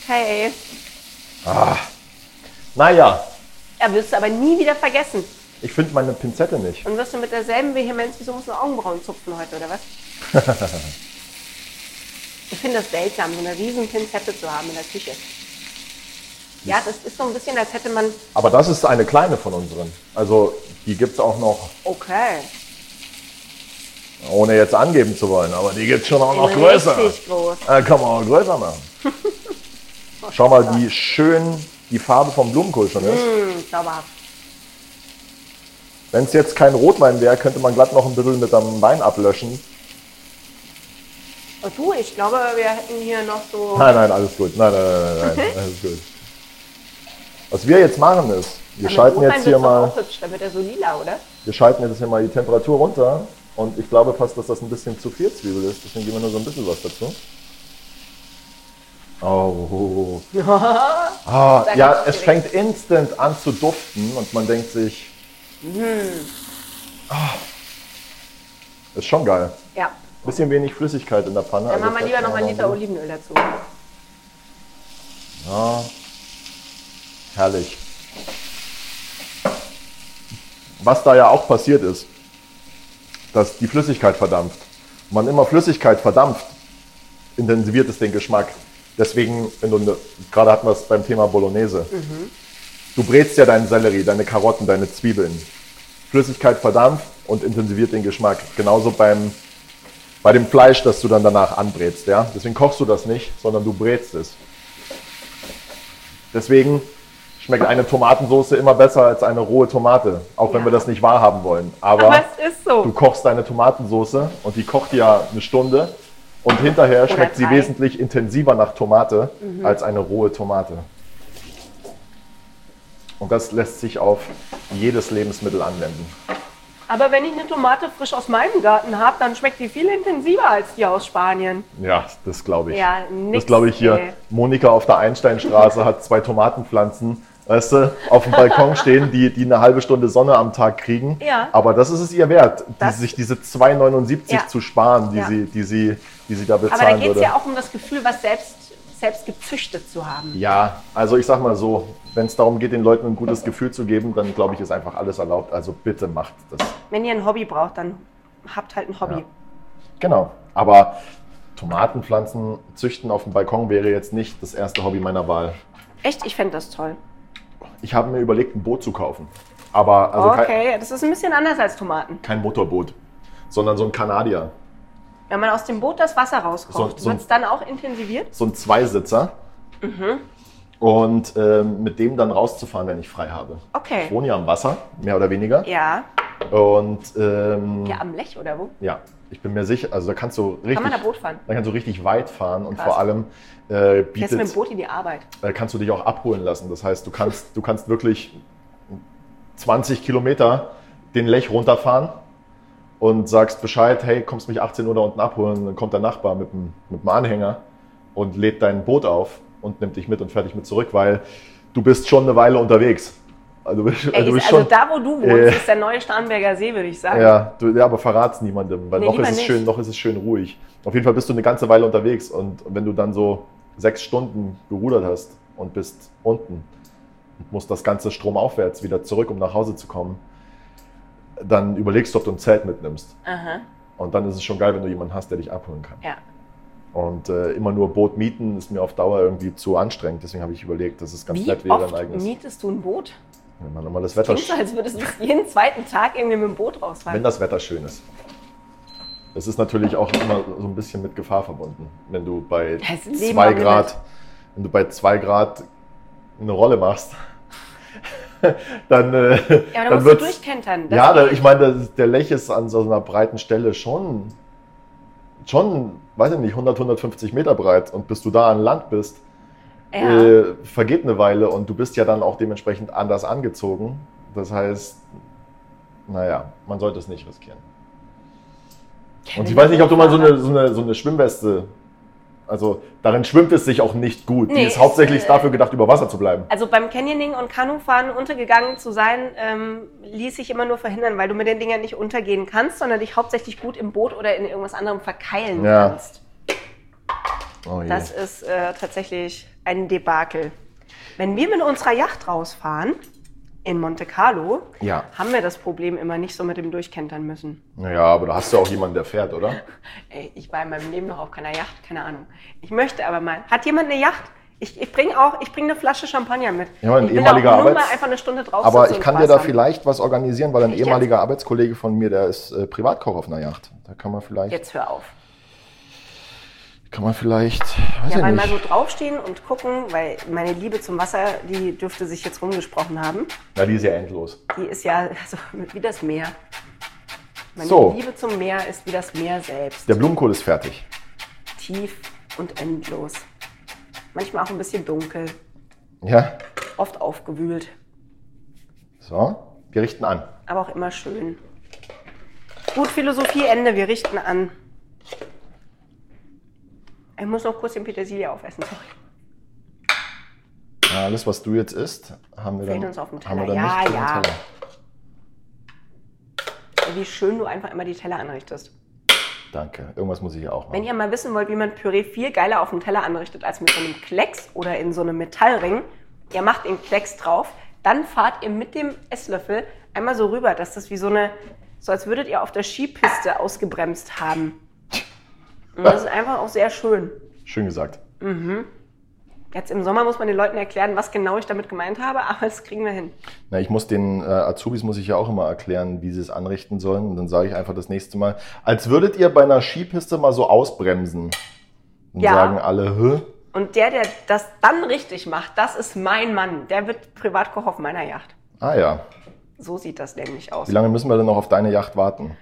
A: Okay.
B: Naja,
A: Er wirst du aber nie wieder vergessen.
B: ich finde meine Pinzette nicht.
A: Und wirst du mit derselben Vehemenz, wieso musst du Augenbrauen zupfen heute,
B: [LAUGHS]
A: oder was? ich finde das seltsam, so eine riesen Pinzette zu haben in der Küche. Ja, das ist so ein bisschen, als hätte man,
B: Aber das ist eine kleine von unseren. Also die gibt es auch noch,
A: okay,
B: ohne jetzt angeben zu wollen, aber die gibt es schon auch noch
A: Richtig
B: größer.
A: groß.
B: Äh, kann man auch größer machen.
A: [LAUGHS]
B: Schau mal, wie schön die Farbe vom Blumenkohl schon ist.
A: hm, zauberhaft.
B: Wenn es jetzt kein Rotwein wäre, könnte man glatt noch ein bisschen mit einem Wein ablöschen.
A: Und du, ich glaube, wir hätten hier noch so,
B: Nein, nein, alles gut. Nein, nein, nein, nein, nein alles gut. Was wir jetzt machen ist, wir schalten
A: Rotwein
B: jetzt hier
A: wird's doch
B: mal,
A: auch hübsch, damit er so lila, oder?
B: wir schalten jetzt hier mal die Temperatur runter und ich glaube fast, dass das ein bisschen zu viel Zwiebel ist. Deswegen geben wir nur so ein bisschen was dazu.
A: [LAUGHS]
B: Oh. Ah,
A: Sag
B: ja,
A: ich
B: es
A: direkt.
B: fängt instant an zu duften und man denkt sich,
A: Mhm.
B: ah, ist schon geil.
A: Ja.
B: Bisschen wenig Flüssigkeit in der Pfanne.
A: Dann
B: also
A: machen wir
B: vielleicht
A: lieber noch
B: auch
A: einen Liter
B: ein-
A: Olivenöl dazu.
B: Ja. Herrlich. Was da ja auch passiert ist, dass die Flüssigkeit verdampft. Und wann immer Flüssigkeit verdampft, intensiviert es den Geschmack. Deswegen, wenn du ne, gerade hatten wir es
A: Mhm.
B: beim Thema Bolognese. Du brätst ja deinen Sellerie, deine Karotten, deine Zwiebeln. Flüssigkeit verdampft und intensiviert den Geschmack. Genauso beim, bei dem Fleisch, das du dann danach anbrätst. Ja? Deswegen kochst du das nicht, sondern du brätst es. Deswegen schmeckt eine Tomatensauce immer besser als eine rohe Tomate, auch wenn
A: Ja.
B: wir das nicht wahrhaben wollen. Aber,
A: Aber es ist so.
B: du kochst deine Tomatensauce und die kocht ja eine Stunde und hinterher schmeckt sie
A: drei. Mhm.
B: wesentlich intensiver nach Tomate als eine rohe Tomate. Und das lässt sich auf jedes Lebensmittel anwenden.
A: Aber wenn ich eine Tomate frisch aus meinem Garten habe, dann schmeckt die viel intensiver als die aus Spanien.
B: Ja, das glaube ich.
A: Ja,
B: das
A: nix,
B: glaube ich hier.
A: ey.
B: Monika auf der Einsteinstraße hat zwei Tomatenpflanzen, weißt du, auf dem
A: [LAUGHS]
B: Balkon stehen, die, die eine halbe Stunde Sonne am Tag kriegen.
A: Ja.
B: Aber das ist es ihr wert, die,
A: Das-
B: sich diese 2,79
A: Ja.
B: zu sparen, die,
A: Ja.
B: sie, die, sie, die sie da bezahlen
A: Aber da geht
B: würde.
A: es ja auch um das Gefühl, was selbst, selbst gezüchtet zu haben.
B: Ja, also ich sag mal so, wenn es darum geht, den Leuten ein gutes Gefühl zu geben, dann glaube ich, ist einfach alles erlaubt. Also bitte macht das.
A: Wenn ihr ein Hobby braucht, dann habt halt ein Hobby.
B: Ja. Genau. Aber Tomatenpflanzen züchten auf dem Balkon wäre jetzt nicht das erste Hobby meiner Wahl.
A: Echt, ich fände das toll.
B: Ich habe mir überlegt, ein Boot zu kaufen. Aber also kein,
A: okay, das ist ein bisschen anders als Tomaten.
B: kein Motorboot, sondern so ein Kanadier.
A: Wenn man aus dem Boot das Wasser rauskocht,
B: So- so-
A: wird es dann auch intensiviert?
B: So ein Zweisitzer.
A: Mhm.
B: Und ähm, mit dem dann rauszufahren, wenn ich frei habe.
A: Okay.
B: Ich wohne ja am Wasser, mehr oder weniger.
A: Ja.
B: Und ähm,
A: Ja, am Lech oder wo?
B: Ja, ich bin mir sicher, also da kannst du richtig,
A: man da Boot fahren?
B: da kannst du richtig weit fahren und
A: Krass.
B: vor allem äh,
A: Jetzt mit dem
B: bietet,
A: Boot in die Arbeit.
B: äh, kannst du dich auch abholen lassen. Das heißt, du kannst, du kannst wirklich 20 Kilometer den Lech runterfahren und sagst Bescheid, hey, kommst mich 18 Uhr da unten abholen, dann kommt der Nachbar mit dem, mit dem Anhänger und lädt dein Boot auf und nimmt dich mit und fährt dich mit zurück, weil du bist schon eine Weile unterwegs. Also, du bist,
A: Ey,
B: du
A: ist,
B: bist
A: also
B: schon,
A: da, wo du wohnst,
B: Äh.
A: ist der neue Starnberger See, würde ich sagen.
B: ja, du, ja, aber verrat's niemandem, weil
A: Nee,
B: noch
A: lieber
B: ist es
A: nicht.
B: schön, noch ist es schön ruhig. Auf jeden Fall bist du eine ganze Weile unterwegs und wenn du dann so sechs Stunden gerudert hast und bist unten und musst das ganze Strom aufwärts wieder zurück, um nach Hause zu kommen, dann überlegst du, ob du ein Zelt mitnimmst.
A: Aha,
B: Und dann ist es schon geil, wenn du jemanden hast, der dich abholen kann.
A: ja.
B: Und äh, immer nur Boot mieten ist mir auf Dauer irgendwie zu anstrengend. Deswegen habe ich überlegt, dass es ganz
A: Wie
B: nett wäre, ein
A: oft halt
B: eigenes.
A: mietest du ein Boot?
B: Wenn man immer das Wetter
A: Klingt so, als würdest du jeden zweiten Tag irgendwie mit dem Boot rausfahren.
B: Wenn das Wetter schön ist. Es ist natürlich auch immer so ein bisschen mit Gefahr verbunden, wenn du bei
A: Ja, es ist Leben
B: zwei
A: am Limit.
B: Grad, wenn du bei zwei Grad eine Rolle machst, [LAUGHS] dann, äh,
A: ja, aber da
B: dann
A: musst du
B: wird's.
A: durchkentern. Das
B: Ja, da,
A: geht.
B: ich meine, das ist- der Lech ist an so einer breiten Stelle schon, schon, weiß ich nicht, 100, 150 Meter breit. Und bis du da an Land bist,
A: ja.
B: äh, vergeht eine Weile und du bist ja dann auch dementsprechend anders angezogen. Das heißt, naja, man sollte es nicht riskieren. Und ich weiß nicht, ob du mal so eine, so eine, so eine Schwimmweste. Also darin schwimmt es sich auch nicht gut.
A: Nee,
B: Die ist hauptsächlich
A: es, äh,
B: dafür gedacht, über Wasser zu bleiben.
A: Also beim Canyoning und Kanufahren untergegangen zu sein, ähm, ließ sich immer nur verhindern, weil du mit den Dingern nicht untergehen kannst, sondern dich hauptsächlich gut im Boot oder in irgendwas anderem verkeilen
B: Ja.
A: kannst.
B: Oh je.
A: Das ist äh, tatsächlich ein Debakel. Wenn wir mit unserer Yacht rausfahren in Monte Carlo,
B: Ja.
A: haben wir das Problem immer nicht so mit dem Durchkentern müssen.
B: Naja, aber da hast du auch jemanden, der fährt, oder?
A: Ey, ich war in meinem Leben noch auf keiner Yacht, keine Ahnung. Ich möchte aber mal. Hat jemand eine Yacht? Ich, ich bringe auch, ich bringe eine Flasche Champagner mit.
B: Ja, mein
A: ich will
B: ehemaliger
A: auch nur
B: Arbeits-
A: mal einfach eine Stunde drauf
B: Aber
A: sitzen
B: ich
A: und
B: kann dir
A: Spaß
B: da
A: haben.
B: vielleicht was organisieren, weil ein
A: Echt jetzt?
B: ehemaliger Arbeitskollege von mir, der ist äh, Privatkoch auf einer Yacht. Da kann man vielleicht,
A: Jetzt hör auf.
B: kann man vielleicht, weiß
A: Ja,
B: ich
A: weil mal
B: nicht.
A: so draufstehen und gucken, weil meine Liebe zum Wasser, die dürfte sich jetzt rumgesprochen haben.
B: Na, die ist ja endlos.
A: Die ist ja also, wie das Meer. Meine
B: So.
A: Liebe zum Meer ist wie das Meer selbst.
B: Der Blumenkohl ist fertig.
A: Tief und endlos. Manchmal auch ein bisschen dunkel,
B: Ja,
A: oft aufgewühlt,
B: so. Wir richten an.
A: aber auch immer schön. Gut, Philosophie Ende, wir richten an. Ich muss noch kurz den Petersilie aufessen, sorry.
B: Ja, alles, was du jetzt isst, haben wir
A: Fehlt
B: dann,
A: uns auf dem
B: haben wir dann
A: Teller. Ja,
B: nicht auf dem
A: ja.
B: Teller.
A: Wie schön du einfach immer die Teller anrichtest.
B: Danke. Irgendwas muss ich hier auch machen.
A: Wenn ihr mal wissen wollt, wie man Püree viel geiler auf dem Teller anrichtet als mit so einem Klecks oder in so einem Metallring, ihr macht den Klecks drauf, dann fahrt ihr mit dem Esslöffel einmal so rüber, dass das wie so eine, so als würdet ihr auf der Skipiste ausgebremst haben. Und das ist einfach auch sehr schön.
B: Schön gesagt.
A: Jetzt im Sommer muss man den Leuten erklären, was genau ich damit gemeint habe, aber das kriegen wir hin.
B: Na, ich muss den äh, Azubis muss ich ja auch immer erklären, wie sie es anrichten sollen. Und dann sage ich einfach das nächste Mal, als würdet ihr bei einer Skipiste mal so ausbremsen. Und
A: Ja.
B: sagen alle, hä?
A: Und der, der das dann richtig macht, das ist mein Mann. Der wird Privatkoch auf meiner Yacht.
B: Ah ja.
A: So sieht das nämlich aus.
B: Wie lange müssen wir denn noch auf deine Yacht
A: [SIGHS]
B: warten?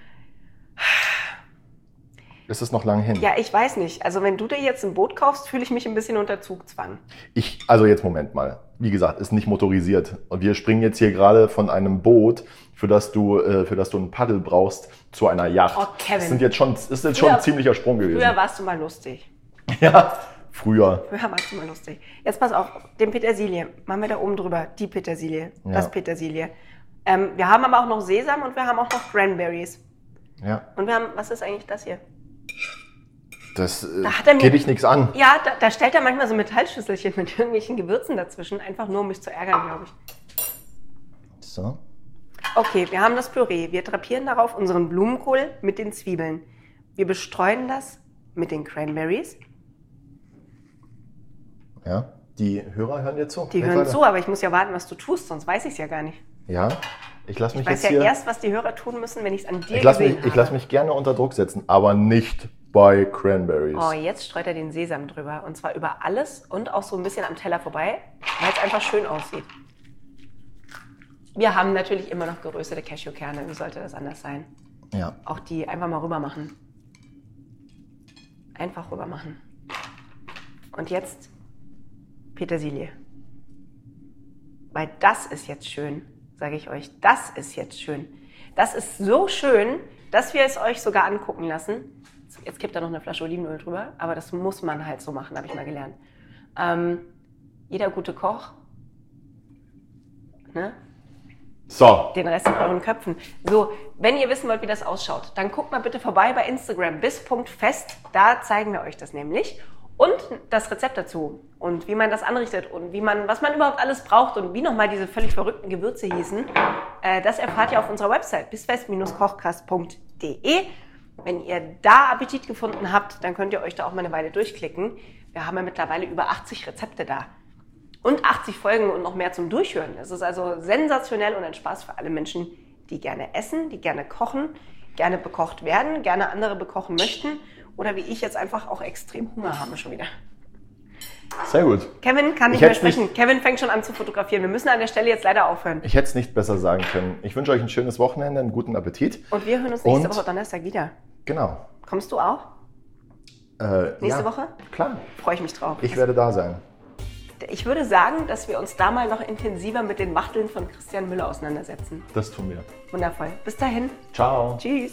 B: Ist es noch lang hin?
A: Ja, ich weiß nicht. Also wenn du dir jetzt ein Boot kaufst, fühle ich mich ein bisschen unter Zugzwang.
B: Ich, also jetzt Moment mal. Wie gesagt, ist nicht motorisiert. Und wir springen jetzt hier gerade von einem Boot, für das du, äh, für das du ein Paddel brauchst, zu einer Yacht.
A: Oh, Kevin.
B: Das sind jetzt schon, das ist jetzt schon
A: Früher-
B: ein ziemlicher Sprung gewesen.
A: Früher warst du mal lustig.
B: ja, früher.
A: Früher warst du mal lustig. Jetzt pass auf, den Petersilie. Machen wir da oben drüber. Die Petersilie.
B: Ja.
A: Das Petersilie. Ähm, wir haben aber auch noch Sesam und wir haben auch noch Cranberries.
B: Ja,
A: Und wir haben, was ist eigentlich das hier?
B: das äh,
A: Da hat er mir-
B: geht dich nichts an.
A: Ja, da, da stellt er manchmal so Metallschüsselchen mit irgendwelchen Gewürzen dazwischen, einfach nur um mich zu ärgern, glaube ich.
B: So.
A: Okay, wir haben das Püree. Wir drapieren darauf unseren Blumenkohl mit den Zwiebeln. Wir bestreuen das mit den Cranberries.
B: Ja. Die Hörer hören dir zu.
A: Die
B: Red
A: hören
B: weiter.
A: zu, aber ich muss ja warten, was du tust, sonst weiß ich es ja gar nicht.
B: Ja. Ich lasse mich
A: Ich weiß
B: jetzt
A: ja
B: hier.
A: erst, was die Hörer tun müssen, wenn ich es an dir
B: ich lasse
A: gesehen
B: mich,
A: habe.
B: ich lass mich gerne unter Druck setzen, aber nicht bei Cranberries.
A: Oh, jetzt streut er den Sesam drüber. Und zwar über alles und auch so ein bisschen am Teller vorbei, weil es einfach schön aussieht. Wir haben natürlich immer noch geröstete Cashewkerne. Wie sollte das anders sein?
B: Ja.
A: Auch die einfach mal rüber machen. Einfach rüber machen. Und jetzt Petersilie. Weil das ist jetzt schön, sage ich euch. Das ist jetzt schön. Das ist so schön, dass wir es euch sogar angucken lassen. Jetzt kippt da noch eine Flasche Olivenöl drüber, aber das muss man halt so machen, habe ich mal gelernt. Ähm, jeder gute Koch, ne,
B: So.
A: den Rest in euren Köpfen. So, wenn ihr wissen wollt, wie das ausschaut, dann guckt mal bitte vorbei bei Instagram bis.fest. Da zeigen wir euch das nämlich. Und das Rezept dazu und wie man das anrichtet und wie man, was man überhaupt alles braucht und wie nochmal diese völlig verrückten Gewürze hießen, äh, das erfahrt ihr auf unserer Website bisfest-kochkast.de. Wenn ihr da Appetit gefunden habt, dann könnt ihr euch da auch mal eine Weile durchklicken. Wir haben ja mittlerweile über 80 Rezepte da und 80 Folgen und noch mehr zum Durchhören. Es ist also sensationell und ein Spaß für alle Menschen, die gerne essen, die gerne kochen, gerne bekocht werden, gerne andere bekochen möchten oder wie ich jetzt einfach auch extrem Hunger habe schon wieder.
B: Sehr gut.
A: Kevin kann nicht
B: Ich
A: mehr
B: hätt's nicht-
A: sprechen. Kevin fängt schon an zu fotografieren. Wir müssen an der Stelle jetzt leider aufhören.
B: Ich hätte es nicht besser sagen können. Ich wünsche euch ein schönes Wochenende, einen guten Appetit.
A: Und wir hören uns nächste
B: Und-
A: Woche Donnerstag wieder.
B: Genau.
A: Kommst du auch?
B: Äh,
A: Nächste Woche?
B: Klar.
A: Freue ich mich drauf.
B: Ich werde da sein.
A: ich würde sagen, dass wir uns da mal noch intensiver mit den Machteln von Christian Müller auseinandersetzen.
B: Das tun wir.
A: Wundervoll. Bis dahin.
B: Ciao.
A: Tschüss.